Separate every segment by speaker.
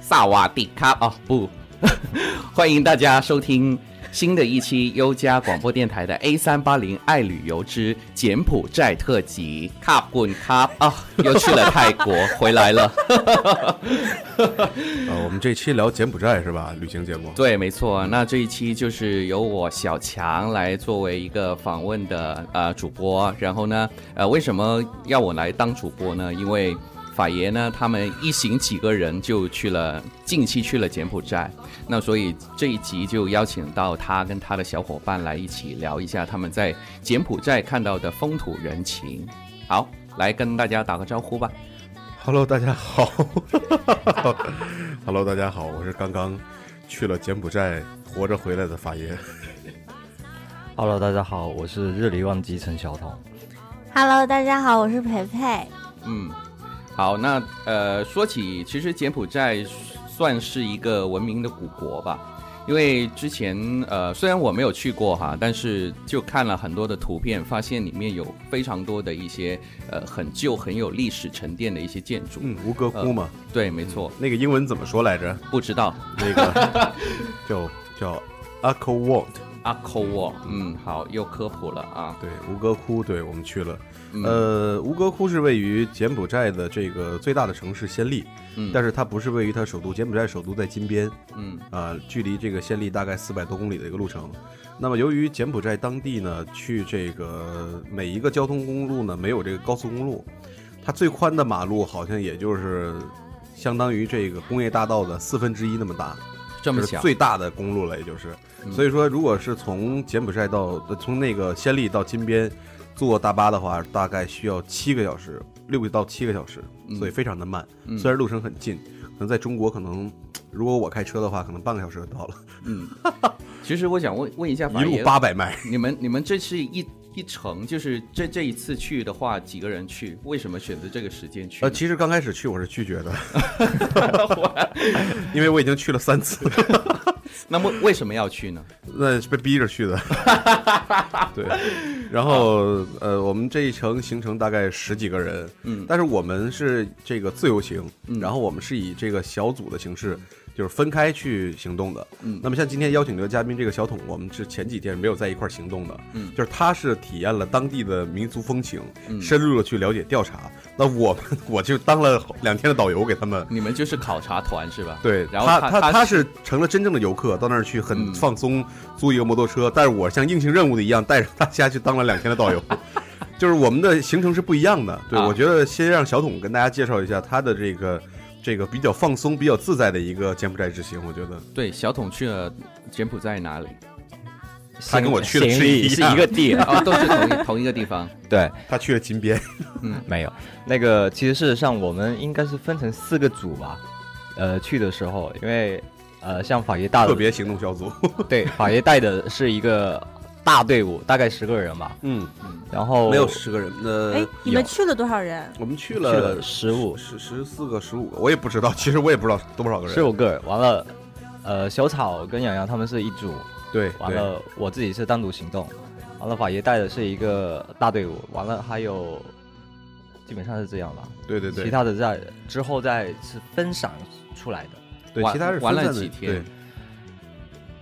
Speaker 1: 萨瓦迪卡哦不， 欢迎大家收听新的一期优家广播电台的 A 三八零爱旅游之柬埔寨特辑。卡滚卡啊，又去了泰国，回来了。
Speaker 2: 呃，我们这期聊柬埔寨是吧？旅行节目。
Speaker 1: 对，没错。那这一期就是由我小强来作为一个访问的呃主播。然后呢，呃，为什么要我来当主播呢？因为法爷呢，他们一行几个人就去了，近期去了柬埔寨。那所以这一集就邀请到他跟他的小伙伴来一起聊一下他们在柬埔寨看到的风土人情。好，来跟大家打个招呼吧。
Speaker 2: Hello，大家好。Hello，大家好，我是刚刚去了柬埔寨活着回来的法爷。
Speaker 3: Hello，大家好，我是日理万机陈晓彤。
Speaker 4: Hello，大家好，我是培培。
Speaker 1: 嗯，好，那呃，说起其实柬埔寨算是一个文明的古国吧，因为之前呃虽然我没有去过哈，但是就看了很多的图片，发现里面有非常多的一些呃很旧很有历史沉淀的一些建筑。
Speaker 2: 嗯，吴哥窟嘛，
Speaker 1: 对，没错，
Speaker 2: 那个英文怎么说来着？
Speaker 1: 不知道
Speaker 2: 那个 叫叫 a k o w a t
Speaker 1: 阿扣沃，啊嗯，好，又科普了啊，
Speaker 2: 对，吴哥窟，对我们去了。呃，吴哥窟是位于柬埔寨的这个最大的城市暹粒，但是它不是位于它首都，柬埔寨首都在金边，
Speaker 1: 嗯
Speaker 2: 啊、距离这个暹粒大概四百多公里的一个路程。那么由于柬埔寨当地呢，去这个每一个交通公路呢没有这个高速公路，它最宽的马路好像也就是相当于这个工业大道的四分之一那么嗯大，
Speaker 1: 这么
Speaker 2: 就是
Speaker 1: 巧，
Speaker 2: 最大的公路了，也就是。所以说，如果是从柬埔寨到呃从那个暹粒到金边坐大巴的话，大概需要七个小时，六到七个小时，所以非常的慢。虽然路程很近，可能在中国可能。如果我开车的话，可能半个小时就到 了，
Speaker 1: 其实我想问问一下
Speaker 2: 一
Speaker 1: 法
Speaker 2: 路
Speaker 1: 爷，
Speaker 2: 八百迈。
Speaker 1: 呃你们你们这是一一程，就是这这一次去的话，几个人去？为什么选择这个时间去呢？
Speaker 2: 呃，其实刚开始去我是拒绝的，因 为我已经去了三次，
Speaker 1: 那么为什么要去呢？
Speaker 2: 那是被逼着 去的。对，然后呃，我们这一程行程大概十几个人，嗯，但是我们是这个自由行，然后我们是以这个小组的形式，就是分开去行动的。嗯，那么像今天邀请的嘉宾这个小桶，我们是前几天没有在一块儿行动的，嗯，就是他是体验了当地的民族风情，深入的去了解调查。那我们我就当了两天的导游给他们。
Speaker 1: 你们就是考察团是吧？
Speaker 2: 对，
Speaker 1: 然后
Speaker 2: 他
Speaker 1: 他
Speaker 2: 他是成了真正的游客，到那儿去很放松，租一个摩托车。但是我像应行任务的一样，带着大家去当了两天的导游。就是我们的行程是不一样的。对，
Speaker 1: 啊
Speaker 2: 我觉得先让小董跟大家介绍一下他的这个这个比较放松、比较自在的一个柬埔寨之行。我觉得
Speaker 1: 对小桶去了柬埔寨哪里？
Speaker 2: 他跟我去的
Speaker 3: 行
Speaker 2: 是一
Speaker 3: 李是
Speaker 2: 样
Speaker 3: 一个地
Speaker 2: 啊
Speaker 1: 哦，都是同一 同一个地方。
Speaker 3: 对，
Speaker 2: 他去了金边，
Speaker 3: 没有那个，其实事实上我们应该是分成四个组吧。呃，去的时候，因为呃，像法爷大
Speaker 2: 特别行动小组。
Speaker 3: 对法爷带的是一个大队伍，大概十个人吧。
Speaker 2: 嗯，
Speaker 3: 然后
Speaker 2: 没有十个人。
Speaker 4: 哎、
Speaker 2: 呃，
Speaker 4: 你
Speaker 3: 有
Speaker 4: 们去了多少人？
Speaker 2: 我们去
Speaker 3: 去
Speaker 2: 了
Speaker 3: 了十五
Speaker 2: 十十四个、十五个，我也不知道。其实我也不知道多少个人。
Speaker 3: 十五个人，完了，呃，小草跟洋洋他们是一组，
Speaker 2: 对，
Speaker 3: 完
Speaker 2: 对
Speaker 3: 了我自己是单独行动，完了法爷带的是一个大队伍，完了还有基本上是这样吧。
Speaker 2: 对对对，
Speaker 3: 其他的在之后再是分散出来的。
Speaker 2: 对
Speaker 1: 玩
Speaker 2: 其他是
Speaker 1: 玩
Speaker 2: 分
Speaker 1: 了
Speaker 2: 散
Speaker 1: 几
Speaker 2: 的
Speaker 1: 天
Speaker 2: 对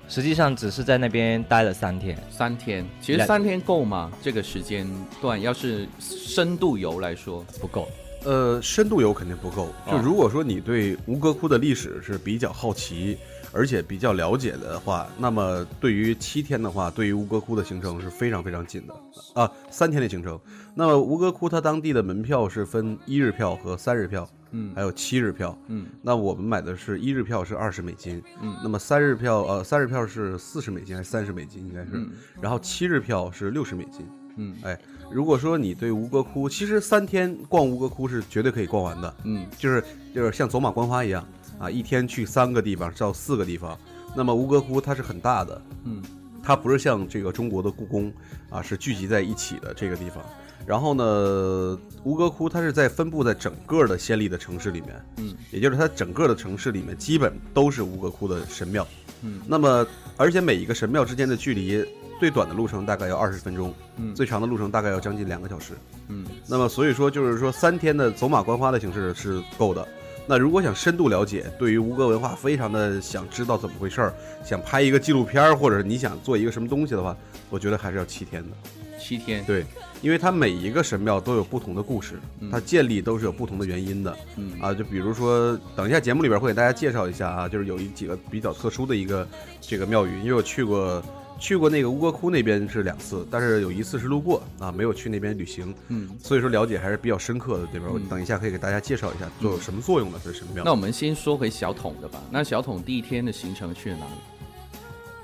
Speaker 3: 实际上只是在那边待了三天，
Speaker 1: 三天，其实
Speaker 3: 两
Speaker 1: 三天够吗？这个时间段，要是深度游来说，
Speaker 3: 不够。
Speaker 2: 呃，深度游肯定不够。就
Speaker 1: 啊
Speaker 2: 如果说你对吴哥窟的历史是比较好奇，而且比较了解的话，那么对于七天的话，对于吴哥窟的行程是非常非常近的啊，三天的行程。那么吴哥窟它当地的门票是分一日票和三日票，
Speaker 1: 嗯
Speaker 2: 还有七日票。
Speaker 1: 嗯，
Speaker 2: 那我们买的是一日票是二十美金，
Speaker 1: 嗯
Speaker 2: 那么三日票呃三日票是四十美金还是三十美金应该是，
Speaker 1: 嗯
Speaker 2: 然后七日票是六十美金，
Speaker 1: 嗯
Speaker 2: 哎，如果说你对吴哥窟，其实三天逛吴哥窟是绝对可以逛完的，
Speaker 1: 嗯，
Speaker 2: 就是就是像走马观花一样啊，一天去三个地方到四个地方。那么吴哥窟它是很大的，
Speaker 1: 嗯，
Speaker 2: 它不是像这个中国的故宫啊，是聚集在一起的这个地方。然后呢，吴哥窟它是在分布在整个的暹粒的城市里面，
Speaker 1: 嗯，
Speaker 2: 也就是它整个的城市里面基本都是吴哥窟的神庙，嗯，那么而且每一个神庙之间的距离，最短的路程大概要二十分钟，嗯，最长的路程大概要将
Speaker 1: 嗯
Speaker 2: 近两个小时，那么所以说就是说三天的走马观花的形式是够的。那如果想深度了解，对于吴哥文化非常的想知道怎么回事儿，想拍一个纪录片儿，或者是你想做一个什么东西的话，我觉得还是要七天的。
Speaker 1: 七天，
Speaker 2: 对，因为它每一个神庙都有不同的故事，它建立都是有不同的原因的。
Speaker 1: 嗯
Speaker 2: 啊，就比如说，等一下节目里边会给大家介绍一下啊，就是有一几个比较特殊的一个这个庙宇，因为我去过去过那个乌哥窟那边是两次，但是有一次是路过啊，没有去那边旅行，
Speaker 1: 嗯，
Speaker 2: 所以说了解还是比较深刻的。这边我
Speaker 1: 嗯
Speaker 2: 等一下可以给大家介绍一下都有什么作用的，这是什么庙。
Speaker 1: 那我们先说回小桶的吧。那小桶第一天的行程去了哪里？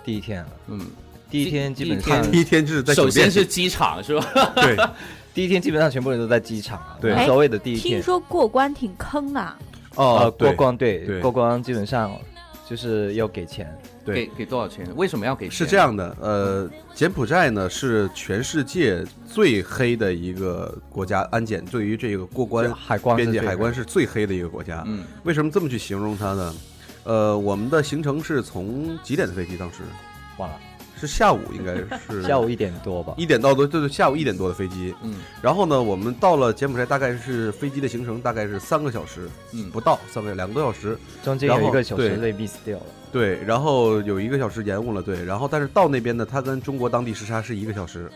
Speaker 3: 第一天啊，
Speaker 1: 嗯，
Speaker 3: 第一天
Speaker 1: 第
Speaker 3: 基本
Speaker 1: 第一
Speaker 3: 上
Speaker 1: 天
Speaker 2: 第一天是在酒
Speaker 1: 首先
Speaker 2: 店
Speaker 1: 是机场是吧？
Speaker 2: 对
Speaker 3: 第一天基本上全部人都在机场啊，
Speaker 2: 对
Speaker 3: 无所谓的第一
Speaker 4: 听
Speaker 3: 天。
Speaker 4: 说过关挺坑的，
Speaker 2: 哦
Speaker 3: 呃，
Speaker 2: 对
Speaker 3: 过关对
Speaker 2: 对
Speaker 3: 过关基本上就是要给钱，
Speaker 2: 对
Speaker 1: 给给多少钱？为什么要给钱？
Speaker 2: 是这样的，呃，柬埔寨呢是全世界最黑的一个国家，安检对于这个过关
Speaker 3: 就海关是
Speaker 2: 边界
Speaker 3: 最
Speaker 2: 海关是最黑的一个国家。
Speaker 1: 嗯，
Speaker 2: 为什么这么去形容它呢？呃，我们的行程是从几点的飞机？当时
Speaker 3: 忘了
Speaker 2: 是下午，应该 是
Speaker 3: 下午一点多吧。
Speaker 2: 一点到多，对对，下午一点多的飞机。
Speaker 1: 嗯
Speaker 2: 然后呢，我们到了柬埔寨，大概是飞机的行程大概是三个小时，
Speaker 1: 嗯
Speaker 2: 不到三个两个多小时。
Speaker 3: 中间
Speaker 2: 然
Speaker 3: 有
Speaker 2: 后
Speaker 3: 一个小时
Speaker 2: 对
Speaker 3: 被 miss 掉了，
Speaker 2: 对，然后有一个小时延误了，对，然后但是到那边呢，它跟中国当地时差是一个小时，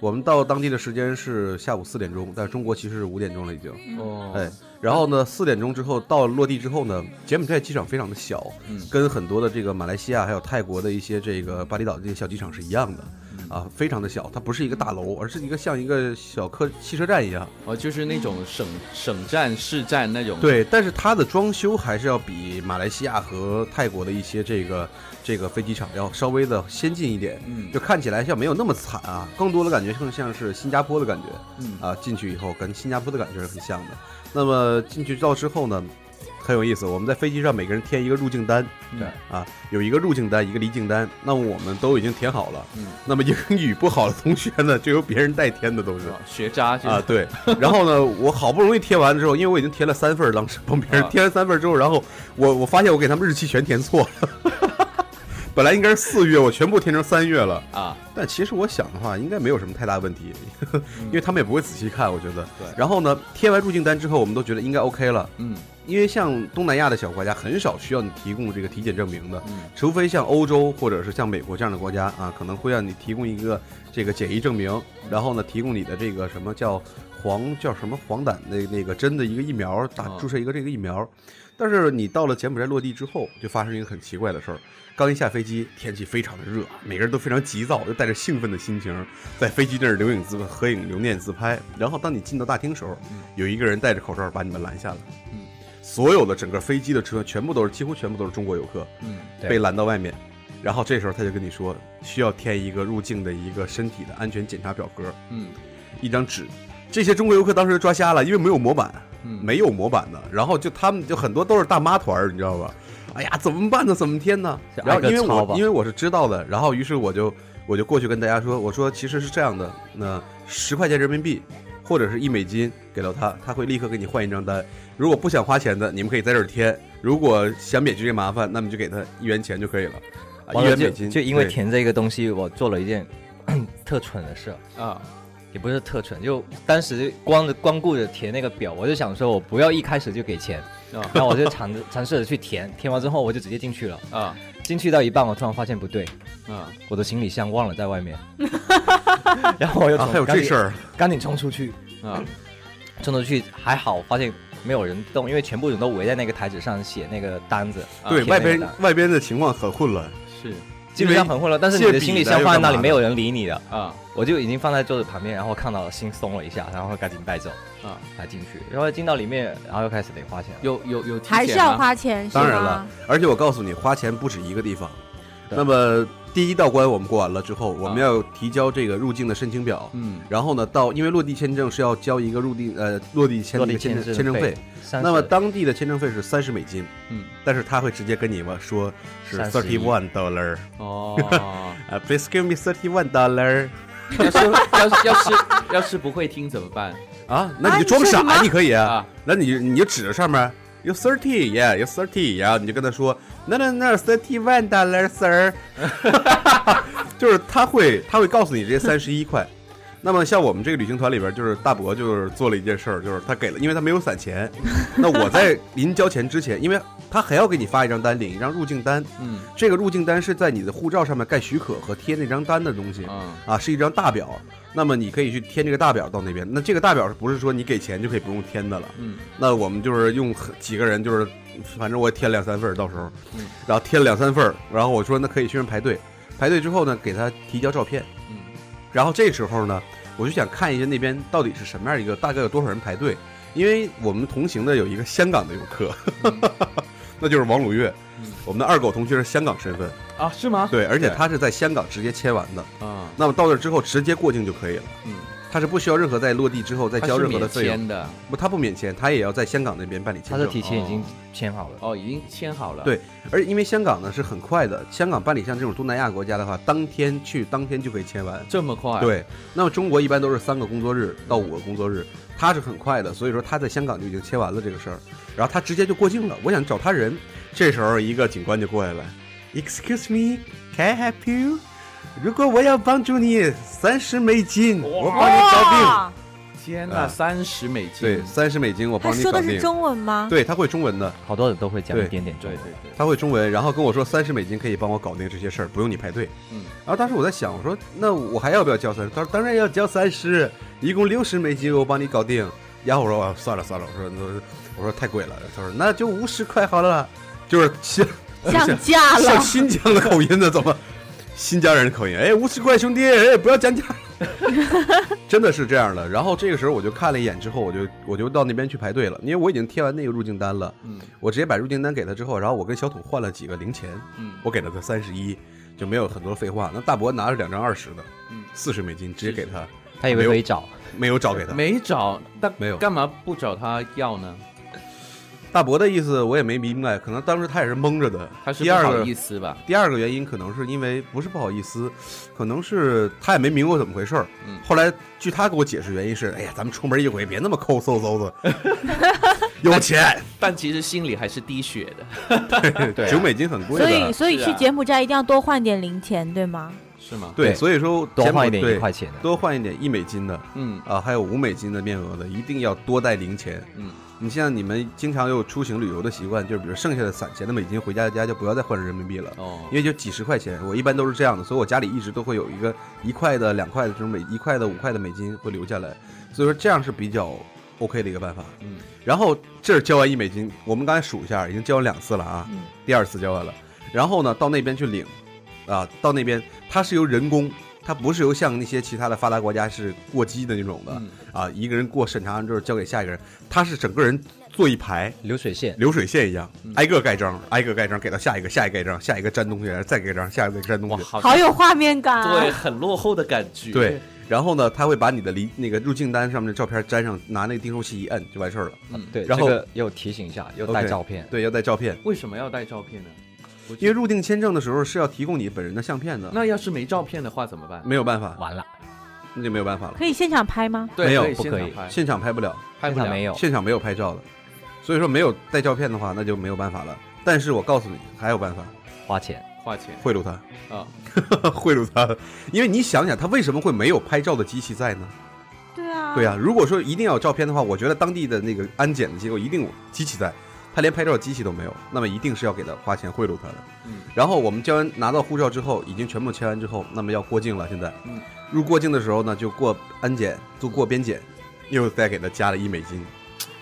Speaker 2: 我们到当地的时间是下午四点钟，但中国其实是五点钟了已经，
Speaker 1: 哦，
Speaker 2: 哎，然后呢，四点钟之后到落地之后呢，柬埔寨机场非常的小，
Speaker 1: 嗯
Speaker 2: 跟很多的这个马来西亚还有泰国的一些这个巴厘岛这些小机场是一样的，
Speaker 1: 嗯
Speaker 2: 啊，非常的小，它不是一个大楼，而是一个像一个小客汽车站一样，
Speaker 1: 哦，就是那种省省站、市站那种。，
Speaker 2: 嗯对，但是它的装修还是要比马来西亚和泰国的一些这个这个飞机场要稍微的先进一点，
Speaker 1: 嗯
Speaker 2: 就看起来像没有那么惨啊，更多的感觉更像是新加坡的感觉
Speaker 1: 嗯
Speaker 2: 啊，进去以后跟新加坡的感觉是很像的。那么进去到之后呢，很有意思，我们在飞机上每个人填一个入境单，
Speaker 1: 嗯
Speaker 3: 对
Speaker 2: 啊，有一个入境单，一个离境单，那么我们都已经填好了，
Speaker 1: 嗯，
Speaker 2: 那么英语不好的同学呢，就由别人代填的都是。
Speaker 1: 哦学渣就是
Speaker 2: 啊，对。然后呢，我好不容易贴完之后，因为我已经贴了三份儿，当时帮别人
Speaker 1: 啊
Speaker 2: 贴完三份儿之后，然后我我发现我给他们日期全填错了， 本来应该是四月，我全部填成三月了。
Speaker 1: 啊，
Speaker 2: 但其实我想的话，应该没有什么太大问题， 因为他们也不会仔细看，我觉得。
Speaker 1: 嗯对
Speaker 2: 然后呢，贴完入境单之后，我们都觉得应该 OK 了。
Speaker 1: 嗯
Speaker 2: 因为像东南亚的小国家很少需要你提供这个体检证明的，
Speaker 1: 嗯
Speaker 2: 除非像欧洲或者是像美国这样的国家啊，可能会让你提供一个这个检疫证明，
Speaker 1: 嗯
Speaker 2: 然后呢，提供你的这个什么叫黄叫什么黄疸那那个针的一个疫苗，打
Speaker 1: 哦
Speaker 2: 注射一个这个疫苗。但是你到了柬埔寨落地之后，就发生一个很奇怪的事儿。刚一下飞机，天气非常的热，每个人都非常急躁，就带着兴奋的心情，在飞机那儿留影自合影留念自拍。然后当你进到大厅时候，有一个人戴着口罩把你们拦下了。
Speaker 1: 嗯
Speaker 2: 所有的整个飞机的车全部都是几乎全部都是中国游客
Speaker 1: 嗯，
Speaker 3: 对
Speaker 2: 被拦到外面，然后这时候他就跟你说需要填一个入境的一个身体的安全检查表格，
Speaker 1: 嗯
Speaker 2: 一张纸。这些中国游客当时就抓瞎了，因为没有模板，
Speaker 1: 嗯
Speaker 2: 没有模板的，然后就他们就很多都是大妈团儿，你知道吧？哎呀，怎么办呢？怎么填呢？
Speaker 3: 就
Speaker 2: 然后
Speaker 3: 挨个
Speaker 2: 因为
Speaker 3: 抄
Speaker 2: 我
Speaker 3: 吧
Speaker 2: 因为我是知道的，然后于是我就我就过去跟大家说，我说其实是这样的，那十块钱人民币或者是一美金给到他，他会立刻给你换一张单。如果不想花钱的，你们可以在这儿填；如果想免去这麻烦，那么就给他一元钱就可以了，啊一
Speaker 3: 完了
Speaker 2: 元美
Speaker 3: 就
Speaker 2: 金。
Speaker 3: 就因为
Speaker 2: 对
Speaker 3: 填这个东西，我做了一件 特蠢的事，
Speaker 1: 啊，
Speaker 3: 也不是特蠢，就当时光光顾着填那个表，我就想说我不要一开始就给钱，
Speaker 2: 哦
Speaker 1: 啊
Speaker 3: 然后我就尝着尝试着去填，填完之后我就直接进去了，
Speaker 1: 啊
Speaker 3: 进去到一半我突然发现不对，
Speaker 1: 啊！
Speaker 3: 我的行李箱忘了在 外面，然后我就
Speaker 2: 啊
Speaker 3: 从
Speaker 2: 还有
Speaker 3: 赶
Speaker 2: 这
Speaker 3: 紧
Speaker 2: 事儿，
Speaker 3: 赶紧冲出去，
Speaker 1: 啊，
Speaker 3: 冲出去还好发现没有人动，因为全部人都围在那个台子上写那个单子，
Speaker 1: 啊
Speaker 2: 对
Speaker 3: 填
Speaker 2: 外
Speaker 3: 那个
Speaker 2: 边
Speaker 3: 单
Speaker 2: 外边的情况很混乱。
Speaker 1: 是
Speaker 3: 基本上很混乱，但是
Speaker 2: 借
Speaker 3: 你的
Speaker 2: 笔
Speaker 3: 行李
Speaker 2: 来
Speaker 3: 箱
Speaker 2: 又
Speaker 3: 放在
Speaker 2: 干
Speaker 3: 那里
Speaker 2: 嘛
Speaker 3: 没
Speaker 2: 的
Speaker 3: 有人理你的。
Speaker 1: 啊
Speaker 3: 我就已经放在桌子旁边，然后看到了心松了一下，然后赶紧带走，
Speaker 1: 啊，
Speaker 3: 拿进去，然后进到里面，然后又开始得花钱了。
Speaker 1: 有有有体检吗
Speaker 4: 还是要花钱是吗？
Speaker 2: 当然了，而且我告诉你，花钱不止一个地方。
Speaker 3: 对
Speaker 2: 那么第一道关我们过完了之后，我们要提交这个入境的申请表。
Speaker 1: 嗯
Speaker 2: 然后呢，到因为落地签证是要交一个入地呃落地签
Speaker 3: 落
Speaker 2: 的一
Speaker 3: 地
Speaker 2: 个签证
Speaker 3: 签
Speaker 2: 签证费，，
Speaker 3: 30
Speaker 2: 那么当地的签证费是三十美金，
Speaker 1: 嗯
Speaker 2: 但是他会直接跟你们说是
Speaker 3: 31
Speaker 2: thirty one dollar
Speaker 1: 哦，
Speaker 2: 啊，please give me thirty one dollar
Speaker 1: 要是要是要是要是不会听怎么办
Speaker 2: 啊，那
Speaker 4: 啊
Speaker 2: 你就装
Speaker 4: 你说
Speaker 2: 傻
Speaker 4: 什么
Speaker 2: 你可以啊，
Speaker 1: 啊？
Speaker 2: 那你你就指着上面有 thirty yeah 有 thirty，然后你就跟他说 no no no thirty one dollar sir，就是他会他会告诉你这三十一块， 那么像我们这个旅行团里边，就是大伯就是做了一件事儿，就是他给了，因为他没有散钱。那我 在临交钱之前，因为他还要给你发一张单，领一张入境单。
Speaker 1: 嗯
Speaker 2: 这个入境单是在你的护照上面盖许可和贴那张单的东西
Speaker 1: 嗯
Speaker 2: 啊，是一张大表。那么你可以去填这个大表到那边。那这个大表不是说你给钱就可以不用填的了？
Speaker 1: 嗯，
Speaker 2: 那我们就是用很几个人，就是反正我也添两三份儿，到时候
Speaker 1: 嗯，
Speaker 2: 然后添了两三份儿，然后我说那可以去那排队，排队之后呢，给他提交照片，
Speaker 1: 嗯，
Speaker 2: 然后这时候呢，我就想看一下那边到底是什么样一个，大概有多少人排队，因为我们同行的有一个香港的游客， 那就是王鲁月
Speaker 1: 嗯，
Speaker 2: 我们的二狗同学是香港身份，
Speaker 1: 啊，是吗？
Speaker 2: 对，而且
Speaker 1: 对
Speaker 2: 他是在香港直接签完的，
Speaker 1: 啊，
Speaker 2: 那么到那之后直接过境就可以了，
Speaker 1: 嗯，
Speaker 2: 他是不需要任何在落地之后再
Speaker 1: 他
Speaker 2: 交
Speaker 1: 是
Speaker 2: 任何的
Speaker 1: 免
Speaker 2: 费用，
Speaker 1: 签的，
Speaker 2: 不，他不免签，他也要在香港那边办理签
Speaker 3: 他
Speaker 2: 证。
Speaker 3: 是提前已
Speaker 1: 哦
Speaker 3: 经签好
Speaker 2: 啊
Speaker 3: 了。
Speaker 1: 哦，已经签好了。
Speaker 2: 对而因为香港呢是很快的，香港办理像这种东南亚国家的话，当天去当天就可以签完。
Speaker 1: 这么快？，啊
Speaker 2: 对，那么中国一般都是三个工作日到五个工作日，他是很快的，所以说他在香港就已经签完了这个事儿，然后他直接就过境了。我想找他人，这时候一个警官就过来了，Excuse me，Can I help you？如果我要帮助你，三十美金，我帮你搞定。
Speaker 4: 哇，
Speaker 1: 天哪，
Speaker 2: 啊
Speaker 1: 三十美金。
Speaker 2: 对，三十美金我
Speaker 4: 他
Speaker 2: 帮你
Speaker 4: 说
Speaker 2: 搞
Speaker 4: 的是
Speaker 2: 定。
Speaker 4: 中文吗？
Speaker 2: 对，他会中文的，
Speaker 3: 好多人都会讲
Speaker 2: 对
Speaker 3: 一点点中
Speaker 1: 对
Speaker 3: 文。
Speaker 1: 对对，
Speaker 2: 他会中文，然后跟我说三十美金可以帮我搞定这些事儿，不用你排队。
Speaker 1: 嗯，
Speaker 2: 然后当时我在想，我说那我还要不要交三十？他说当然要交三十，一共六十美金，我帮你搞定。然后我说、啊、算了算了，我说那我说太贵了。他说那就五十块好了，就是像
Speaker 4: 降 价
Speaker 2: 像
Speaker 4: 了，
Speaker 2: 新疆的口音呢，怎么新疆人的口音？哎，五十块兄弟，哎，不要讲价。 真的是这样的。然后这个时候我就看了一眼之后，我就我就到那边去排队了，因为我已经贴完那个入境单了。
Speaker 1: 嗯
Speaker 2: 我直接把入境单给他之后，然后我跟小桶换了几个零钱，
Speaker 1: 嗯，
Speaker 2: 我给了他三十一，就没有很多废话。那大伯拿着两张二十的
Speaker 1: 嗯，
Speaker 2: 四十美金直接给他，
Speaker 3: 他以为可以找，
Speaker 2: 没有找给他。
Speaker 1: 没找，但
Speaker 2: 没有
Speaker 1: 干嘛不找他要呢？
Speaker 2: 大伯的意思我也没明白，可能当时他也是蒙着的。
Speaker 1: 他是
Speaker 2: 第
Speaker 1: 不
Speaker 2: 二
Speaker 1: 好
Speaker 2: 个
Speaker 1: 意思吧？
Speaker 2: 第二个原因可能是因为不是不好意思，可能是他也没明白我怎么回事儿。
Speaker 1: 嗯
Speaker 2: 后来据他给我解释，原因是哎呀，咱们出门一回，别那么抠搜搜的，有钱，
Speaker 1: 但其实心里还是滴血的。
Speaker 3: 对啊
Speaker 2: 九美金很贵
Speaker 4: 所以
Speaker 2: 的。
Speaker 4: 所以
Speaker 1: 是
Speaker 4: 去
Speaker 1: 啊
Speaker 4: 柬埔寨一定要多换点零钱，对吗？
Speaker 1: 是吗？
Speaker 2: 对，
Speaker 3: 对
Speaker 2: 所以说
Speaker 3: 多
Speaker 2: 柬埔
Speaker 3: 换一点
Speaker 2: 对
Speaker 3: 一块钱的。
Speaker 2: 多换一点一美金的，
Speaker 1: 嗯
Speaker 2: 啊，还有五美金的面额的，一定要多带零钱。
Speaker 1: 嗯，
Speaker 2: 你像你们经常有出行旅游的习惯，就是比如剩下的散钱的美金回家家就不要再换成人民币了，
Speaker 1: 哦
Speaker 2: 因，为就几十块钱，我一般都是这样的，所以我家里一直都会有一个一块的、两块的这种美一块的、五块的美金会留下来，所以说这样是比较 OK 的一个办法。
Speaker 1: 嗯
Speaker 2: 然后这儿交完一美金，我们刚才数一下，已经交完两次了啊，
Speaker 4: 嗯
Speaker 2: 第二次交完了。然后呢，到那边去领，啊，到那边它是由人工，它不是由像那些其他的发达国家是过机的那种的、
Speaker 1: 嗯
Speaker 2: 啊，一个人过审查完之后交给下一个人，它是整个人坐一排。
Speaker 3: 流水线，
Speaker 2: 流水线一样
Speaker 1: 嗯，
Speaker 2: 挨个盖章，挨个盖章，给到下一个，下一个盖章，下一个粘东西，然后再盖章，下一个粘东
Speaker 1: 哇，
Speaker 2: 西。
Speaker 1: 好
Speaker 4: 好有画面感啊。
Speaker 1: 对，很落后的感觉。
Speaker 2: 嗯对，然后呢，他会把你的离那个入境单上面的照片粘上，拿那个订书器一摁就完事儿了。
Speaker 1: 嗯，
Speaker 3: 对，
Speaker 2: 然后
Speaker 3: 这个又提醒一下，又带
Speaker 2: OK
Speaker 3: 照片。
Speaker 2: 对，要带照片，
Speaker 1: 为什么要带照片呢？我
Speaker 2: 因
Speaker 1: 觉得
Speaker 2: 为入境签证的时候是要提供你本人的相片的，
Speaker 1: 那要是没照片的话怎么办？
Speaker 2: 没有办法，
Speaker 3: 完了，
Speaker 2: 那就没有办法了，
Speaker 4: 可以现场拍吗？
Speaker 1: 对，
Speaker 2: 没有
Speaker 1: 以
Speaker 3: 不
Speaker 1: 现
Speaker 3: 可
Speaker 1: 场
Speaker 3: 以
Speaker 1: 拍，
Speaker 2: 现场拍不了，
Speaker 1: 拍不
Speaker 3: 现
Speaker 1: 了。
Speaker 3: 场没有，
Speaker 2: 现场没有拍照的，所以说没有带照片的话，那就没有办法了。但是我告诉你，还有办法，
Speaker 3: 花钱。
Speaker 1: 花钱
Speaker 2: 贿赂他，
Speaker 1: 啊，
Speaker 2: 贿赂他，因为你想想，他为什么会没有拍照的机器在呢？
Speaker 4: 对啊
Speaker 2: 对呀、如果说一定要有照片的话，我觉得当地的那个安检的结果一定有机器在，他连拍照机器都没有，那么一定是要给他花钱贿赂他的。
Speaker 1: 嗯，
Speaker 2: 然后我们交完拿到护照之后，已经全部签完之后，那么要过境了。现在，
Speaker 1: 嗯，
Speaker 2: 入过境的时候呢，就过安检，就过边检，又再给他加了一美金，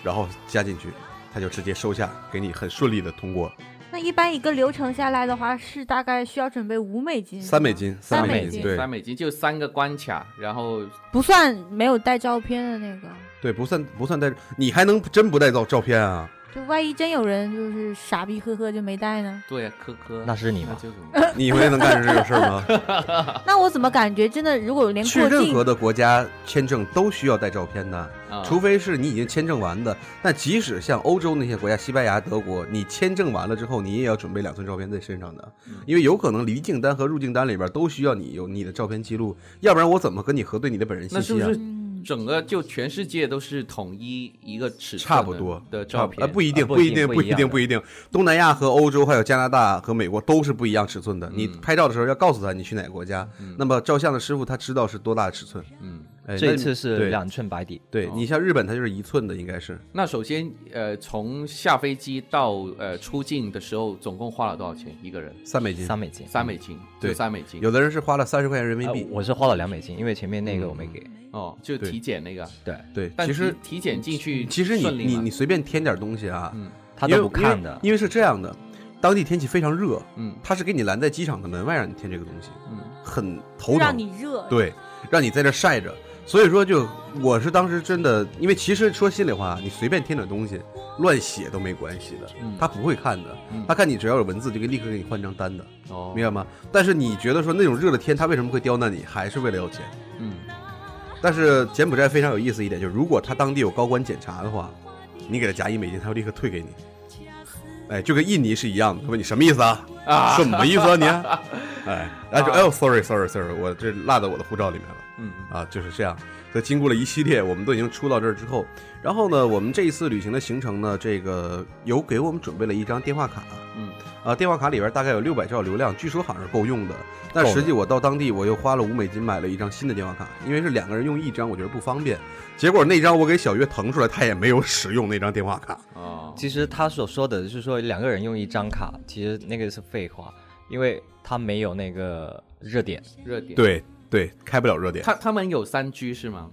Speaker 2: 然后加进去，他就直接收下，给你很顺利的通过
Speaker 4: 那一般一个流程下来的话，是大概需要准备五美金，
Speaker 2: 三美，金，
Speaker 4: 嗯三
Speaker 2: 美
Speaker 4: 美金
Speaker 2: 对
Speaker 1: 三美金就三个关卡，然后
Speaker 4: 不算没有带照片的那个。
Speaker 2: 对，不算不算带，你还能真不带照照片啊？
Speaker 4: 就万一真有人就是傻逼呵呵就没带呢？
Speaker 1: 对科科，
Speaker 3: 那是你
Speaker 1: 那
Speaker 3: 吗？
Speaker 1: 就怎么办？
Speaker 2: 你以为能干这种事儿吗？
Speaker 4: 那我怎么感觉真的，如果连
Speaker 2: 去
Speaker 4: 过
Speaker 2: 任
Speaker 4: 境
Speaker 2: 何的国家签证都需要带照片的，
Speaker 4: 呃
Speaker 1: 啊
Speaker 2: 除非是你已经签证完的。但即使像欧洲那些国家，西班牙、德国，你签证完了之后，你也要准备两寸照片在身上的
Speaker 1: 嗯，
Speaker 2: 因为有可能离境单和入境单里边都需要你有你的照片记录，要不然我怎么跟你核对你的本人信
Speaker 1: 那是
Speaker 2: 息
Speaker 1: 不
Speaker 2: 啊？
Speaker 1: 是整个就全世界都是统一一个尺寸的
Speaker 2: 差不多
Speaker 1: 的
Speaker 2: 差
Speaker 1: 照
Speaker 2: 不
Speaker 1: 片？
Speaker 2: 啊，不一定，
Speaker 3: 啊不
Speaker 2: 不
Speaker 3: 一
Speaker 2: 定，
Speaker 3: 定
Speaker 2: 不
Speaker 3: 不一
Speaker 2: 一定，
Speaker 3: 样
Speaker 2: 不一定。东南亚和欧洲还有加拿大和美国都是不一样尺寸的。你
Speaker 1: 嗯
Speaker 2: 拍照的时候要告诉他你去哪个国家，那么照相的师傅他知道是多大的尺寸。
Speaker 1: 嗯，
Speaker 2: 哎
Speaker 3: 嗯这
Speaker 2: 那
Speaker 3: 一次是
Speaker 2: 对
Speaker 3: 两哦寸白底，
Speaker 2: 对你像日本，它就是一寸的，应该是
Speaker 1: 那首先，呃，从下飞机到呃出境的时候，总共花了多少钱一个人？
Speaker 2: 三美金，
Speaker 3: 三美金。
Speaker 1: 三美金，
Speaker 2: 对
Speaker 1: 就三美金。哎
Speaker 2: 有的人是花了三十块钱人民
Speaker 3: 呃
Speaker 2: 币。
Speaker 3: 我是花了两美金，因为前面那个我没给。
Speaker 2: 嗯
Speaker 1: 哦，就
Speaker 2: 对
Speaker 1: 体检那个。
Speaker 3: 对，
Speaker 2: 对，
Speaker 1: 但
Speaker 2: 其实嗯
Speaker 1: 体体检进去
Speaker 2: 其实你
Speaker 1: 顺利
Speaker 2: 你
Speaker 1: 吗
Speaker 2: 你随便添点东西啊，
Speaker 1: 嗯
Speaker 3: 他
Speaker 2: 因为
Speaker 3: 都不看的
Speaker 2: 因为，因为是这样的，当地天气非常热，
Speaker 1: 嗯
Speaker 2: 他是给你拦在机场的门外让你添这个东西，
Speaker 1: 嗯，
Speaker 2: 很头
Speaker 4: 让
Speaker 2: 疼，
Speaker 4: 你热，
Speaker 2: 对，让你在这晒着。所以说就，我是当时真的，因为其实说心里话，你随便添点东西，乱写都没关系的，
Speaker 1: 嗯
Speaker 2: 他不会看的，
Speaker 1: 嗯
Speaker 2: 他看你只要有文字，就给立刻给你换张单的，
Speaker 1: 哦，
Speaker 2: 明白吗？但是你觉得说那种热的天，他为什么会刁难你？还是为了要钱？
Speaker 1: 嗯
Speaker 2: 但是柬埔寨非常有意思一点，就是如果他当地有高官检查的话，你给他加一美金，他会立刻退给你。哎，就跟印尼是一样的，他问你什么意思啊？
Speaker 1: 啊
Speaker 2: 什么意思啊 你？哎，然后就哎呦，sorry，sorry，sorry，我这落在我的护照里面了
Speaker 1: 嗯
Speaker 2: 啊，就是这样。所以经过了一系列，我们都已经出到这儿之后，然后呢，我们这一次旅行的行程呢，这个有给我们准备了一张电话卡。
Speaker 1: 嗯
Speaker 2: 啊，电话卡里边大概有六百兆流量，据说好像是够用的。但实际我到当地，我又花了五美金买了一张新的电话卡，因为是两个人用一张，我觉得不方便。结果那张我给小月腾出来，他也没有使用那张电话卡。
Speaker 1: 哦，
Speaker 3: 其实他所说的是说两个人用一张卡，其实那个是废话，因为他没有那个热点。
Speaker 1: 热点。，
Speaker 2: 对对，开不了热点。
Speaker 1: 他他们有三 G 是吗？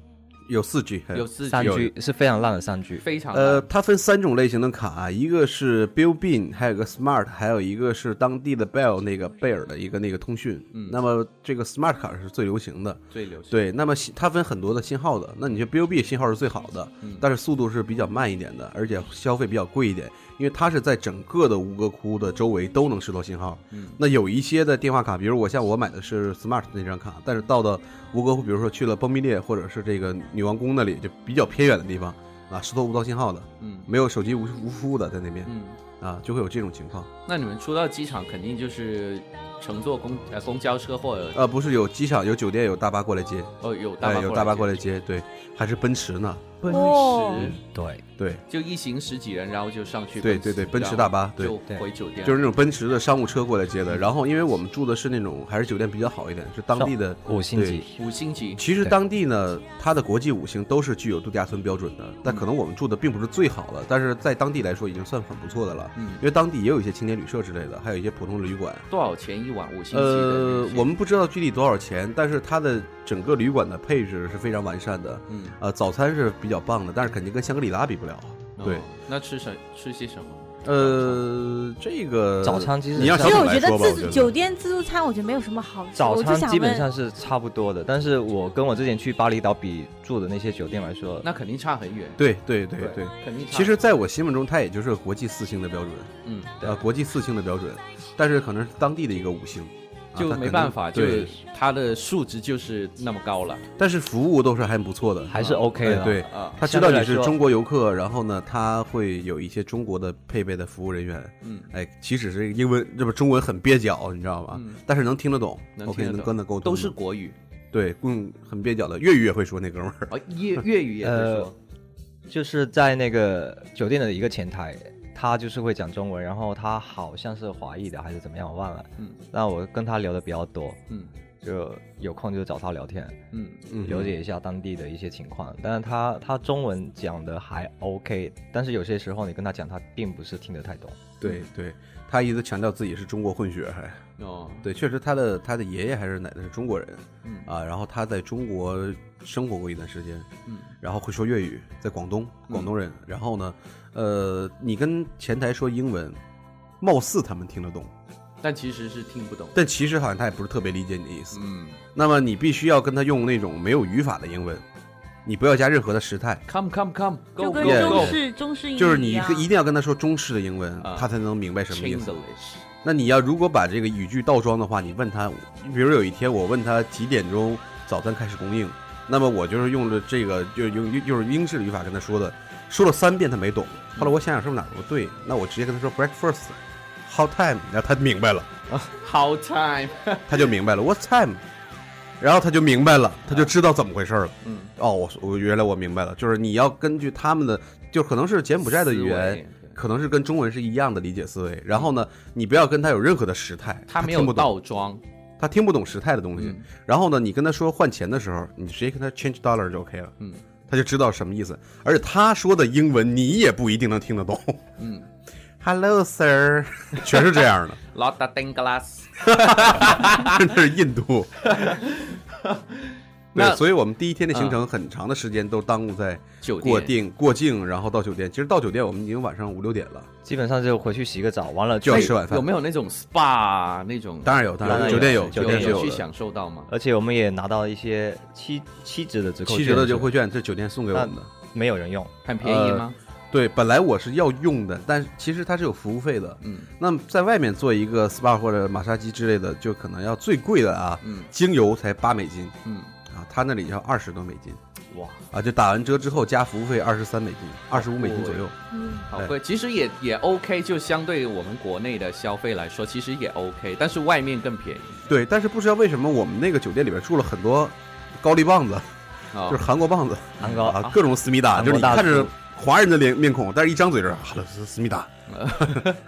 Speaker 2: 有四 G，
Speaker 1: 有四 G，
Speaker 3: 三 G 是非常烂的三 G，
Speaker 1: 非常
Speaker 2: 呃，
Speaker 1: 烂
Speaker 2: 它分三种类型的卡，一个是 Bill Bean，还有个 Smart，还有一个是当地的 Bell 那个贝尔的一个那个通讯。
Speaker 1: 嗯
Speaker 2: 那么这个 Smart 卡是最流行的。
Speaker 1: 最流行。
Speaker 2: 对，那么信它分很多的信号的，那你觉得 BOB 信号是最好的，
Speaker 1: 嗯
Speaker 2: 但是速度是比较慢一点的，而且消费比较贵一点，因为它是在整个的吴哥窟的周围都能收到信号。
Speaker 1: 嗯
Speaker 2: 那有一些的电话卡，比如我像我买的是 Smart 那张卡，但是到了吴哥窟，比如说去了崩壁列或者是这个女王宫那里，就比较偏远的地方啊，是收不到信号的，
Speaker 1: 嗯
Speaker 2: 没有手机无无服务的在那边
Speaker 1: 嗯，
Speaker 2: 啊，就会有这种情况。
Speaker 1: 那你们出到机场肯定就是乘坐公呃公交车或者
Speaker 2: 呃，不是有机场、有酒店、有大巴过来接，
Speaker 1: 哦有大
Speaker 2: 哎，
Speaker 1: 巴
Speaker 2: 有大巴过
Speaker 1: 来
Speaker 2: 来接，对，还是奔驰呢，
Speaker 1: 奔
Speaker 4: 哦
Speaker 1: 驰。
Speaker 3: 对，
Speaker 2: 对。
Speaker 1: 就一行十几人，然后就上去
Speaker 2: 对
Speaker 1: 奔驰
Speaker 2: 对对奔驰
Speaker 1: 然后
Speaker 2: 大巴对
Speaker 1: 就
Speaker 3: 对
Speaker 1: 回酒店，
Speaker 2: 就是那种奔驰的商务车过来接的。然后，因为我们住的是那种还是酒店比较好一点，是当地的。
Speaker 3: 五星级
Speaker 2: 对。
Speaker 1: 五星级，
Speaker 2: 其实
Speaker 3: 对
Speaker 2: 当地呢，它的国际五星都是具有度假村标准的，但可能我们住的并不是最好的，但是在当地来说已经算很不错的了。
Speaker 1: 嗯
Speaker 2: 因为当地也有一些青年旅社之类的，还有一些普通的旅馆。
Speaker 1: 多少钱一晚？五星级的
Speaker 2: 呃
Speaker 1: 那些，
Speaker 2: 我们不知道具体多少钱，但是它的整个旅馆的配置是非常完善的。
Speaker 1: 嗯，
Speaker 2: 呃，早餐是比较棒的，但是肯定跟香格里拉比不了。对
Speaker 1: 哦，那吃什吃些什么？
Speaker 2: 呃，这个
Speaker 3: 早餐其实
Speaker 2: 你让
Speaker 3: 是
Speaker 2: 小
Speaker 4: 其
Speaker 3: 这
Speaker 4: 实
Speaker 3: 样
Speaker 2: 米来
Speaker 4: 我觉
Speaker 2: 说吧，我
Speaker 4: 自
Speaker 2: 觉
Speaker 4: 助
Speaker 2: 得
Speaker 4: 酒店自助餐，我觉得没有什么好吃。
Speaker 3: 早
Speaker 4: 我就
Speaker 3: 餐
Speaker 4: 想
Speaker 3: 基本
Speaker 4: 问
Speaker 3: 上是差不多的，但是我跟我之前去巴厘岛比住的那些酒店来说，
Speaker 1: 那肯定差很远。
Speaker 2: 对对对对，
Speaker 1: 肯定差。
Speaker 2: 其实，在我心目中，它也就是个国际四星的标准，
Speaker 1: 嗯，
Speaker 2: 呃，国际四星的标准，但是可能是当地的一个五星，啊
Speaker 1: 就
Speaker 2: 它可
Speaker 1: 没
Speaker 2: 能
Speaker 1: 办法，就是
Speaker 2: 对，
Speaker 1: 它的数值就是那么高了
Speaker 2: 但是服务都是还不错的，
Speaker 3: 还是 OK
Speaker 2: 哎
Speaker 3: 的。
Speaker 2: 对，
Speaker 1: 啊。
Speaker 2: 他知道你
Speaker 3: 相对
Speaker 2: 是
Speaker 3: 来说
Speaker 2: 中国游客，然后呢，他会有一些中国的配备的服务人员，
Speaker 1: 嗯，
Speaker 2: 哎，即使是英文，这不中文很蹩脚，你知道吗
Speaker 1: 嗯？
Speaker 2: 但是能听得懂
Speaker 1: 能
Speaker 2: ，OK，
Speaker 1: 听得
Speaker 2: 能
Speaker 1: 懂
Speaker 2: 跟他沟通
Speaker 1: 都
Speaker 2: 的，
Speaker 1: 是国语，
Speaker 2: 对，嗯，很蹩脚的，粤语也会说那哥们儿，
Speaker 1: 啊，粤粤语也会
Speaker 2: 呃
Speaker 1: 说，
Speaker 3: 就是在那个酒店的一个前台，他就是会讲中文，然后他好像是华裔的还是怎么样，我忘了。
Speaker 1: 嗯
Speaker 3: 那我跟他聊的比较多，
Speaker 1: 嗯
Speaker 3: 就有空就找他聊天，
Speaker 1: 嗯
Speaker 2: 嗯
Speaker 3: 了解一下当地的一些情况。但是他他中文讲的还 OK，但是有些时候你跟他讲，他并不是听得太懂。
Speaker 2: 对对，他一直强调自己是中国混血，还。
Speaker 1: 哦，
Speaker 2: 对，确实他的他的爷爷还是奶奶是中国人，
Speaker 1: 嗯
Speaker 2: 啊，然后他在中国生活过一段时间，
Speaker 1: 嗯，
Speaker 2: 然后会说粤语，在广东，广东人。然后呢，呃，你跟前台说英文，貌似他们听得懂，
Speaker 1: 但其实是听不懂。
Speaker 2: 但其实好像他也不是特别理解你的意思。
Speaker 1: 嗯
Speaker 2: 那么你必须要跟他用那种没有语法的英文，你不要加任何的时态，
Speaker 1: ，come come come，go
Speaker 4: 就
Speaker 1: go
Speaker 4: 跟
Speaker 2: Yeah
Speaker 4: 中
Speaker 1: go，
Speaker 4: 式中式英语
Speaker 2: 就是你
Speaker 4: 样
Speaker 2: 一定要跟他说中式的英文，
Speaker 1: 哎啊
Speaker 2: 他才能明白什么意思。
Speaker 1: English，
Speaker 2: 那你要如果把这个语句倒装的话，你问他，比如有一天我问他几点钟早餐开始供应，那么我就是用了这个，就用就是英式语法跟他说的，说了三遍他没懂。后来我想想是不是哪儿不对，那我直接跟他说 breakfast，how time，然后他明白了，
Speaker 1: 好 time，
Speaker 2: 他就明白了 what time，然后他就明白了，他就知道怎么回事了。
Speaker 1: 嗯，
Speaker 2: 哦，我我原来我明白了，就是你要根据他们的，就可能是柬埔寨的语
Speaker 1: 思
Speaker 2: 言
Speaker 1: 维。
Speaker 2: 可能是跟中文是一样的理解思维，然后呢，你不要跟他有任何的时态，
Speaker 1: 嗯他没
Speaker 2: 听
Speaker 1: 有
Speaker 2: 不懂
Speaker 1: 倒装，
Speaker 2: 他听不懂时态的东西。
Speaker 1: 嗯
Speaker 2: 然后呢，你跟他说换钱的时候，你直接跟他 change dollar 就 OK 了，
Speaker 1: 嗯，
Speaker 2: 他就知道什么意思。而且他说的英文你也不一定能听得懂。
Speaker 1: 嗯
Speaker 2: ，Hello sir，全 是这 样的，
Speaker 1: 老大登 glass。
Speaker 2: 那是 印度。
Speaker 1: 那
Speaker 2: 对，所以我们第一天的行
Speaker 1: 嗯
Speaker 2: 程很长的时间都耽误在
Speaker 1: 酒店
Speaker 2: 过定、过境，然后到酒店。其实到酒店我们已经晚上五六点了，
Speaker 3: 基本上就回去洗个澡，完了
Speaker 2: 就要
Speaker 3: 去
Speaker 2: 吃晚饭
Speaker 1: 有没有那种 SPA 啊那种？
Speaker 2: 当然有，当
Speaker 3: 当
Speaker 2: 然
Speaker 3: 然
Speaker 2: 酒店有，
Speaker 3: 有
Speaker 2: 酒
Speaker 1: 有
Speaker 2: 店是
Speaker 1: 有
Speaker 2: 有
Speaker 1: 去
Speaker 2: 的。
Speaker 1: 享受到吗？
Speaker 3: 而且我们也拿到一些七七折的折扣券，啊
Speaker 2: 七折的嗯优惠券，这酒店送给我们的。
Speaker 3: 没有人用，
Speaker 2: 呃
Speaker 1: 很便宜吗？
Speaker 2: 对，本来我是要用的，但是其实它是有服务费的。
Speaker 1: 嗯
Speaker 2: 那么在外面做一个 SPA 或者马杀鸡之类的，就可能要最贵的啊，
Speaker 1: 嗯
Speaker 2: 精油才八美金
Speaker 1: 嗯，
Speaker 2: 啊，他那里要二十多美金
Speaker 3: 哇，
Speaker 2: 啊，就打完折之后加服务费二十三美金，二十五美金左右。
Speaker 3: 哦
Speaker 4: 嗯，
Speaker 1: 好贵，其实也也 OK，就相对我们国内的消费来说，其实也 OK，但是外面更便宜。
Speaker 2: 对，但是不知道为什么我们那个酒店里边住了很多高丽棒
Speaker 3: 啊
Speaker 2: 子，
Speaker 1: 哦
Speaker 2: 就是韩国棒子
Speaker 3: 韩国
Speaker 2: 啊，各种思密达，
Speaker 3: 韩
Speaker 2: 就
Speaker 3: 国
Speaker 2: 是你
Speaker 3: 大
Speaker 2: 看着
Speaker 3: 叔
Speaker 2: 华人的脸面孔，但是一张嘴是哈喽思思密 达，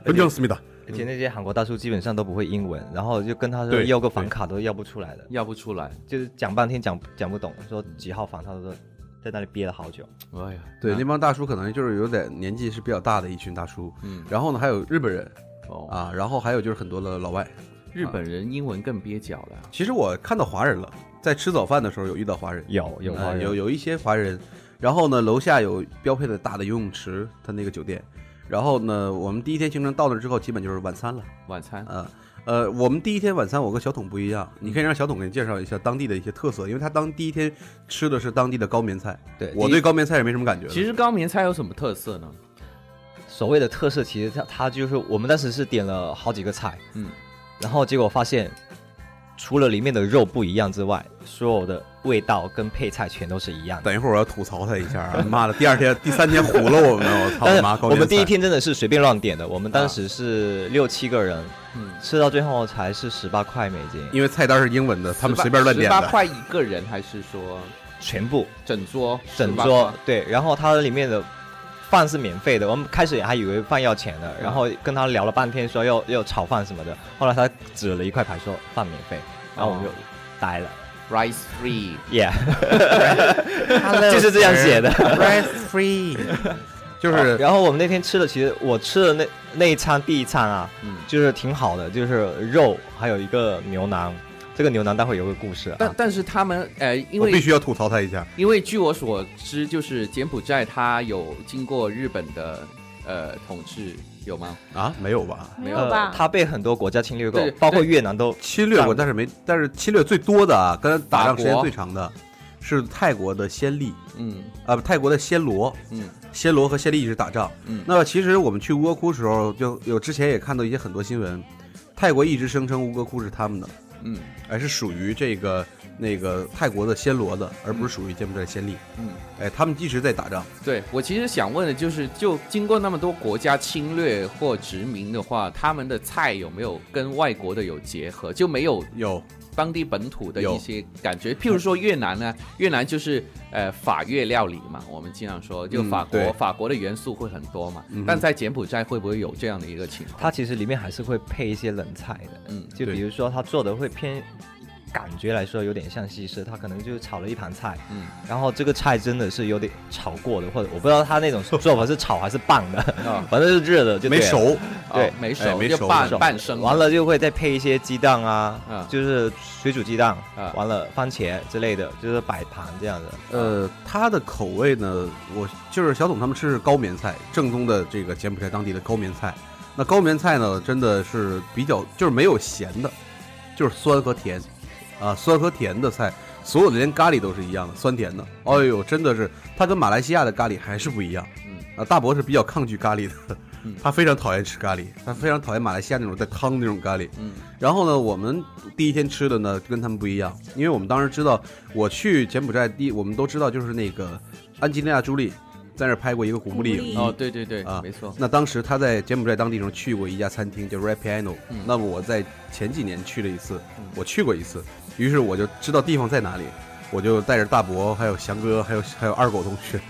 Speaker 2: 本正思密达。
Speaker 3: 而且那些韩国大叔基本上都不会英文，然后就跟他说
Speaker 2: 对
Speaker 3: 要个房卡都要不出来的，
Speaker 1: 要不出来，
Speaker 3: 就是讲半天讲讲不懂，说几号房，他说在那里憋了好久。
Speaker 1: 哎呀，
Speaker 3: 嗯
Speaker 2: 对，那
Speaker 1: 那
Speaker 2: 帮大叔可能就是有点年纪是比较大的一群大叔，
Speaker 1: 嗯
Speaker 2: 然后呢还有日本人
Speaker 1: 哦，
Speaker 2: 啊，然后还有就是很多的老外。
Speaker 1: 日本人英文更蹩脚了。
Speaker 2: 其实我看到华人了，在吃早饭的时候有遇到华人，
Speaker 3: 有有
Speaker 2: 啊
Speaker 3: 华人
Speaker 2: 有有一些华人。然后呢，楼下有标配的大的游泳池，他那个酒店。然后呢，我们第一天行程到那之后，基本就是晚餐了。
Speaker 1: 晚餐
Speaker 2: 啊，呃，我们第一天晚餐我跟小董不一样，你可以让小董给你介绍一下当地的一些特色，因为他当第一天吃的是当地的高棉菜，
Speaker 3: 对
Speaker 2: 我
Speaker 3: 第一
Speaker 2: 对高棉菜也没什么感觉。
Speaker 1: 其实高棉菜有什么特色呢？
Speaker 3: 所谓的特色，其实它它就是我们当时是点了好几个菜，
Speaker 1: 嗯，
Speaker 3: 然后结果发现，除了里面的肉不一样之外，所有的味道跟配菜全都是一样的。
Speaker 2: 等一会儿我要吐槽他一下啊， 妈的，第二天、第三天糊了我们，我操
Speaker 3: 但
Speaker 2: 你
Speaker 3: 是
Speaker 2: 妈！高
Speaker 3: 我们
Speaker 2: 棉
Speaker 3: 第一
Speaker 2: 菜
Speaker 3: 天真的是随便乱点的，我们当时是六七个人，
Speaker 1: 嗯，
Speaker 3: 吃到最后才是十八块美金，
Speaker 2: 因为菜单是英文的，他们随便乱点
Speaker 1: 十八
Speaker 2: 的。
Speaker 1: 块一个人，还是说
Speaker 3: 全部
Speaker 1: 整桌？
Speaker 3: 整
Speaker 1: 18
Speaker 3: 桌
Speaker 1: 块
Speaker 3: 对，然后它里面的饭是免费的，我们开始还以为饭要钱的，然后跟他聊了半天说要要炒饭什么的，后来他指了一块牌说饭免费，然后我们就
Speaker 1: 哦
Speaker 3: 呆了。
Speaker 1: rice free，
Speaker 3: Yeah，就是这样 写的。
Speaker 2: Rice free，就是
Speaker 1: 啊
Speaker 3: 然后我们那天吃的，其实我吃的那那一餐第一餐啊，
Speaker 1: 嗯，
Speaker 3: 就是挺好的，就是肉还有一个牛腩，这个牛腩待会有个故事
Speaker 1: 但
Speaker 3: 啊。
Speaker 1: 但是他们呃，因
Speaker 2: 我
Speaker 1: 为
Speaker 2: 必须要吐槽他一下。
Speaker 1: 因为据我所知，就是柬埔寨它有经过日本的呃统治，有吗？
Speaker 2: 啊，没有吧？
Speaker 4: 没有吧？
Speaker 3: 呃它被很多国家侵略过
Speaker 1: 对，
Speaker 3: 包括
Speaker 1: 对
Speaker 3: 越南都
Speaker 2: 侵略过，
Speaker 3: 战
Speaker 2: 但是没，但是侵略最多的啊，跟打仗时间
Speaker 1: 法国
Speaker 2: 最长的是泰国的暹粒
Speaker 1: 嗯
Speaker 2: 啊，不泰国的暹罗，
Speaker 1: 嗯
Speaker 2: 暹罗和暹粒一直打仗。
Speaker 1: 嗯
Speaker 2: 那其实我们去吴哥窟时候，就有之前也看到一些很多新闻，泰国一直声称吴哥窟是他们的，
Speaker 1: 嗯
Speaker 2: 而是属于这个那个泰国的暹罗的，而不是属于柬埔寨暹粒。
Speaker 1: 嗯，
Speaker 2: 哎，他们一直在打仗。
Speaker 1: 对我其实想问的就是，就经过那么多国家侵略或殖民的话，他们的菜有没有跟外国的有结合？就没有
Speaker 2: 有，
Speaker 1: 当地本土的
Speaker 2: 有
Speaker 1: 一些感觉？譬如说越南呢，越南就是呃法越料理嘛，我们经常说就
Speaker 2: 嗯
Speaker 1: 法国、
Speaker 2: 对
Speaker 1: 法国的元素会很多嘛，
Speaker 2: 嗯哼
Speaker 1: 但在柬埔寨会不会有这样的一个情况？
Speaker 3: 它其实里面还是会配一些冷菜的，
Speaker 1: 嗯
Speaker 3: 就
Speaker 2: 对
Speaker 3: 比如说它做的会偏。感觉来说有点像西式，它可能就是炒了一盘菜，
Speaker 1: 嗯
Speaker 3: 然后这个菜真的是有点炒过的，或者我不知道它那种 做法是炒还是拌的，
Speaker 1: 啊
Speaker 3: 反正是热的就对
Speaker 2: 没
Speaker 3: 了
Speaker 2: 熟，
Speaker 3: 对
Speaker 1: 哦没熟、
Speaker 2: 哎没
Speaker 1: 就
Speaker 2: 熟
Speaker 1: 半
Speaker 2: 熟
Speaker 1: 半生
Speaker 3: 完了就会再配一些鸡蛋啊，
Speaker 1: 嗯
Speaker 3: 就是水煮鸡蛋，
Speaker 1: 嗯
Speaker 3: 完了番茄之类的，就是摆盘这样的。
Speaker 2: 呃，它的口味呢，我就是小董他们吃是高棉菜，正宗的这个柬埔寨当地的高棉菜。那高棉菜呢，真的是比较就是没有咸的，就是酸和甜，啊，酸和甜的菜，所有的连咖喱都是一样的，酸甜的。哎呦，真的是它跟马来西亚的咖喱还是不一样。
Speaker 1: 嗯
Speaker 2: 啊，大伯是比较抗拒咖喱的
Speaker 1: 嗯，
Speaker 2: 他非常讨厌吃咖喱，他非常讨厌马来西亚那种带汤的那种咖喱。
Speaker 1: 嗯
Speaker 2: 然后呢，我们第一天吃的呢跟他们不一样，因为我们当时知道，我去柬埔寨第，我们都知道就是那个安吉丽娜·朱莉在那儿拍过一个古墓丽影。
Speaker 4: 古墓丽影
Speaker 1: 哦，对对对，
Speaker 2: 啊
Speaker 1: 没错，
Speaker 2: 那当时她在柬埔寨当地上去过一家餐厅叫 Red Piano，、
Speaker 1: 嗯
Speaker 2: 那么我在前几年去了一次
Speaker 1: 嗯，
Speaker 2: 我去过一次，于是我就知道地方在哪里，我就带着大伯、还有翔哥、还有还有二狗同学，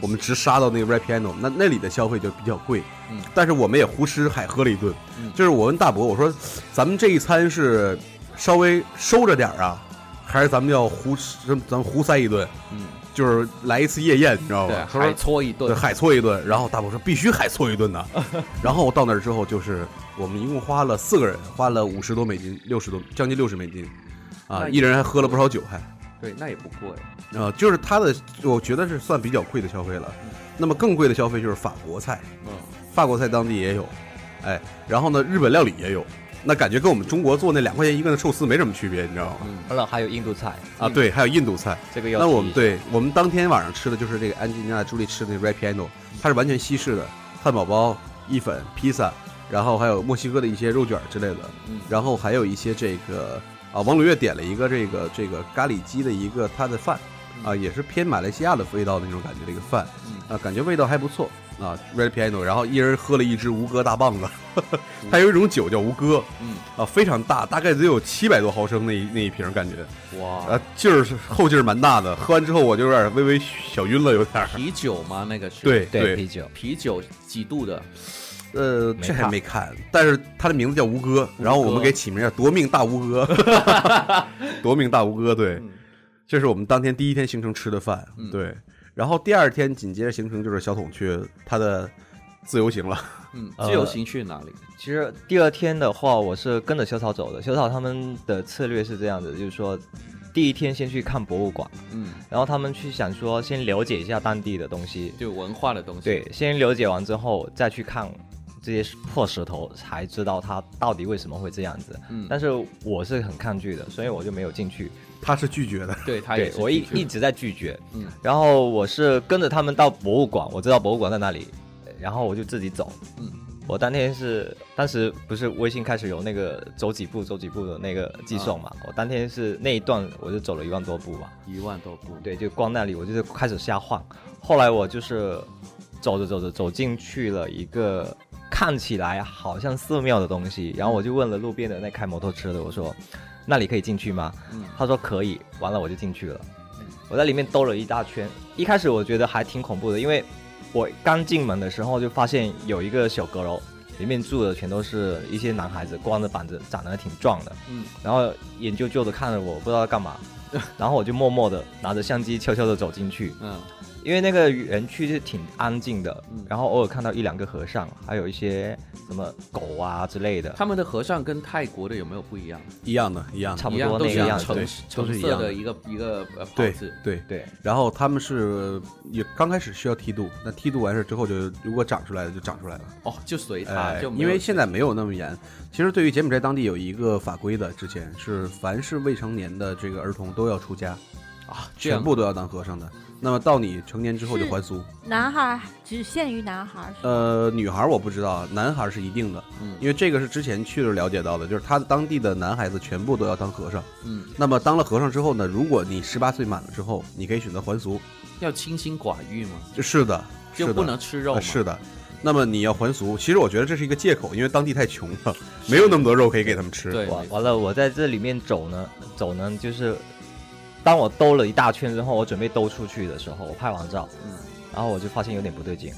Speaker 2: 我们直杀到那个 Red Piano，那那里的消费就比较贵，
Speaker 1: 嗯
Speaker 2: 但是我们也胡吃海喝了一顿，
Speaker 1: 嗯
Speaker 2: 就是我问大伯，我说咱们这一餐是稍微收着点儿啊，还是咱们要胡咱们胡塞一顿，
Speaker 1: 嗯，
Speaker 2: 就是来一次夜宴，你知道
Speaker 1: 对，
Speaker 2: 吧？哦他
Speaker 1: 还
Speaker 2: 说
Speaker 1: 搓一
Speaker 2: 对
Speaker 1: 顿，
Speaker 2: 海搓一顿，然后大宝说必须海搓一顿呢。然后我到那儿之后，就是我们一共花了四个人，花了五十多美金，六十多，将近六十美金，啊，
Speaker 1: 那
Speaker 2: 一人还喝了不少酒，还。
Speaker 1: 对，那也不贵。
Speaker 2: 呃，就是它的，我觉得是算比较贵的消费了。那么更贵的消费就是法国菜，
Speaker 1: 嗯，
Speaker 2: 法国菜当地也有，哎，然后呢，日本料理也有，那感觉跟我们中国做那两块钱一个的寿司没什么区别，你知道吗？
Speaker 1: 嗯
Speaker 3: 完了还有印度菜
Speaker 2: 啊，对，还有印度菜。
Speaker 3: 这个要
Speaker 2: 那我们
Speaker 3: 提一下
Speaker 2: 对我们当天晚上吃的就是这个安吉丽娜·朱莉吃的那 Red Piano，它是完全西式的汉堡包、意粉、披萨，然后还有墨西哥的一些肉卷之类的，
Speaker 1: 嗯
Speaker 2: 然后还有一些这个啊，王鲁月点了一个这个这个咖喱鸡的一个它的饭
Speaker 3: 嗯
Speaker 2: 啊，也是偏马来西亚的味道的那种感觉的一个饭
Speaker 1: 嗯，
Speaker 2: 啊，感觉味道还不错啊，Red Piano，然后一人喝了一支吴哥大棒子， 它有一种酒叫吴哥，
Speaker 1: 嗯
Speaker 2: 啊，非常大，大概得有七百多毫升那一那一瓶感觉。
Speaker 1: 哇，
Speaker 2: 啊，劲儿是后劲儿蛮大的，喝完之后我就有点微微小晕了，有点儿。
Speaker 1: 啤酒吗？那个是
Speaker 2: 对
Speaker 3: 对啤酒，
Speaker 1: 啤酒几度的？
Speaker 2: 呃，
Speaker 3: 没
Speaker 2: 这还
Speaker 3: 看
Speaker 2: 没看，但是他的名字叫吴哥，然后我们
Speaker 1: 哥
Speaker 2: 给起名叫夺命大吴哥，夺命大吴哥，对
Speaker 1: 嗯，
Speaker 2: 这是我们当天第一天行程吃的饭，
Speaker 1: 嗯
Speaker 2: 对，然后第二天紧接着行程就是小桶去他的自由行了，
Speaker 1: 嗯，
Speaker 3: 呃
Speaker 1: 自由行去哪里？
Speaker 3: 其实第二天的话，我是跟着小草走的。小草他们的策略是这样子，就是说，第一天先去看博物馆，
Speaker 1: 嗯，
Speaker 3: 然后他们去想说先了解一下当地的东西，
Speaker 1: 就文化的东西。
Speaker 3: 对，先了解完之后再去看这些破石头，才知道它到底为什么会这样子。
Speaker 1: 嗯
Speaker 3: 但是我是很抗拒的，所以我就没有进去。
Speaker 2: 他是拒绝的，
Speaker 1: 对，他也
Speaker 3: 对
Speaker 1: 是
Speaker 3: 我一
Speaker 1: 进去
Speaker 3: 一直在拒绝，
Speaker 1: 嗯
Speaker 3: 然后我是跟着他们到博物馆，我知道博物馆在哪里，然后我就自己走。
Speaker 1: 嗯
Speaker 3: 我当天是当时不是微信开始有那个走几步走几步的那个寄送
Speaker 1: 啊
Speaker 3: 嘛，我当天是那一段我就走了一万多步吧，
Speaker 1: 一万多步。
Speaker 3: 对，就光那里我就是开始瞎晃，后来我就是走着走着走进去了一个看起来好像寺庙的东西，然后我就问了路边的那开摩托车的，我说那里可以进去吗？
Speaker 1: 嗯
Speaker 3: 他说可以，完了我就进去了
Speaker 1: 嗯。
Speaker 3: 我在里面兜了一大圈，一开始我觉得还挺恐怖的，因为我刚进门的时候就发现有一个小阁楼，里面住的全都是一些男孩子，光着膀子，长得还挺壮的，
Speaker 1: 嗯
Speaker 3: 然后眼啾啾的看着我，不知道干嘛，然后我就默默的拿着相机悄悄的走进去，
Speaker 1: 嗯
Speaker 3: 因为那个园区是挺安静的
Speaker 1: 嗯，
Speaker 3: 然后偶尔看到一两个和尚，还有一些什么狗啊之类的，
Speaker 1: 他们的和尚跟泰国的有没有不一样？
Speaker 2: 一样的，一样的，
Speaker 3: 差不
Speaker 1: 一样
Speaker 3: 多
Speaker 1: 都
Speaker 3: 那
Speaker 1: 是
Speaker 3: 个
Speaker 1: 一样
Speaker 3: 样子，
Speaker 1: 橙
Speaker 2: 对
Speaker 1: 橙
Speaker 2: 都是一
Speaker 1: 色
Speaker 2: 样的
Speaker 1: 的一个一个呃袍
Speaker 2: 对
Speaker 1: 子。
Speaker 2: 对。
Speaker 3: 对，
Speaker 2: 然后他们是也刚开始需要剃度，那剃度完事之后就如果长出来了就长出来了。
Speaker 1: 哦，就随他
Speaker 2: 哎，
Speaker 1: 就，没
Speaker 2: 因
Speaker 1: 有
Speaker 2: 为现在没有那么严。其实对于柬埔寨当地有一个法规的，之前是凡是未成年的这个儿童都要出家，
Speaker 1: 啊，这样
Speaker 2: 全部都要当和尚的。那么到你成年之后就还俗。
Speaker 4: 男孩儿只限于男孩儿是吗，
Speaker 2: 呃，女孩儿我不知道，男孩儿是一定的，
Speaker 1: 嗯
Speaker 2: 因为这个是之前去了了解到的，就是他当地的男孩子全部都要当和尚。
Speaker 1: 嗯，
Speaker 2: 那么当了和尚之后呢，如果你十八岁满了之后，你可以选择还俗。
Speaker 1: 要清心寡欲嘛，
Speaker 2: 是的，是
Speaker 1: 就
Speaker 2: 的
Speaker 1: 不能吃肉
Speaker 2: 啊
Speaker 1: 嘛。
Speaker 2: 是的，那么你要还俗，其实我觉得这是一个借口，因为当地太穷了，没有那么多肉可以给他们吃。
Speaker 1: 对，
Speaker 3: 完
Speaker 1: 没
Speaker 3: 完了，我在这里面走呢，走呢，就是当我兜了一大圈之后，我准备兜出去的时候，我拍完照，
Speaker 1: 嗯
Speaker 3: 然后我就发现有点不对劲，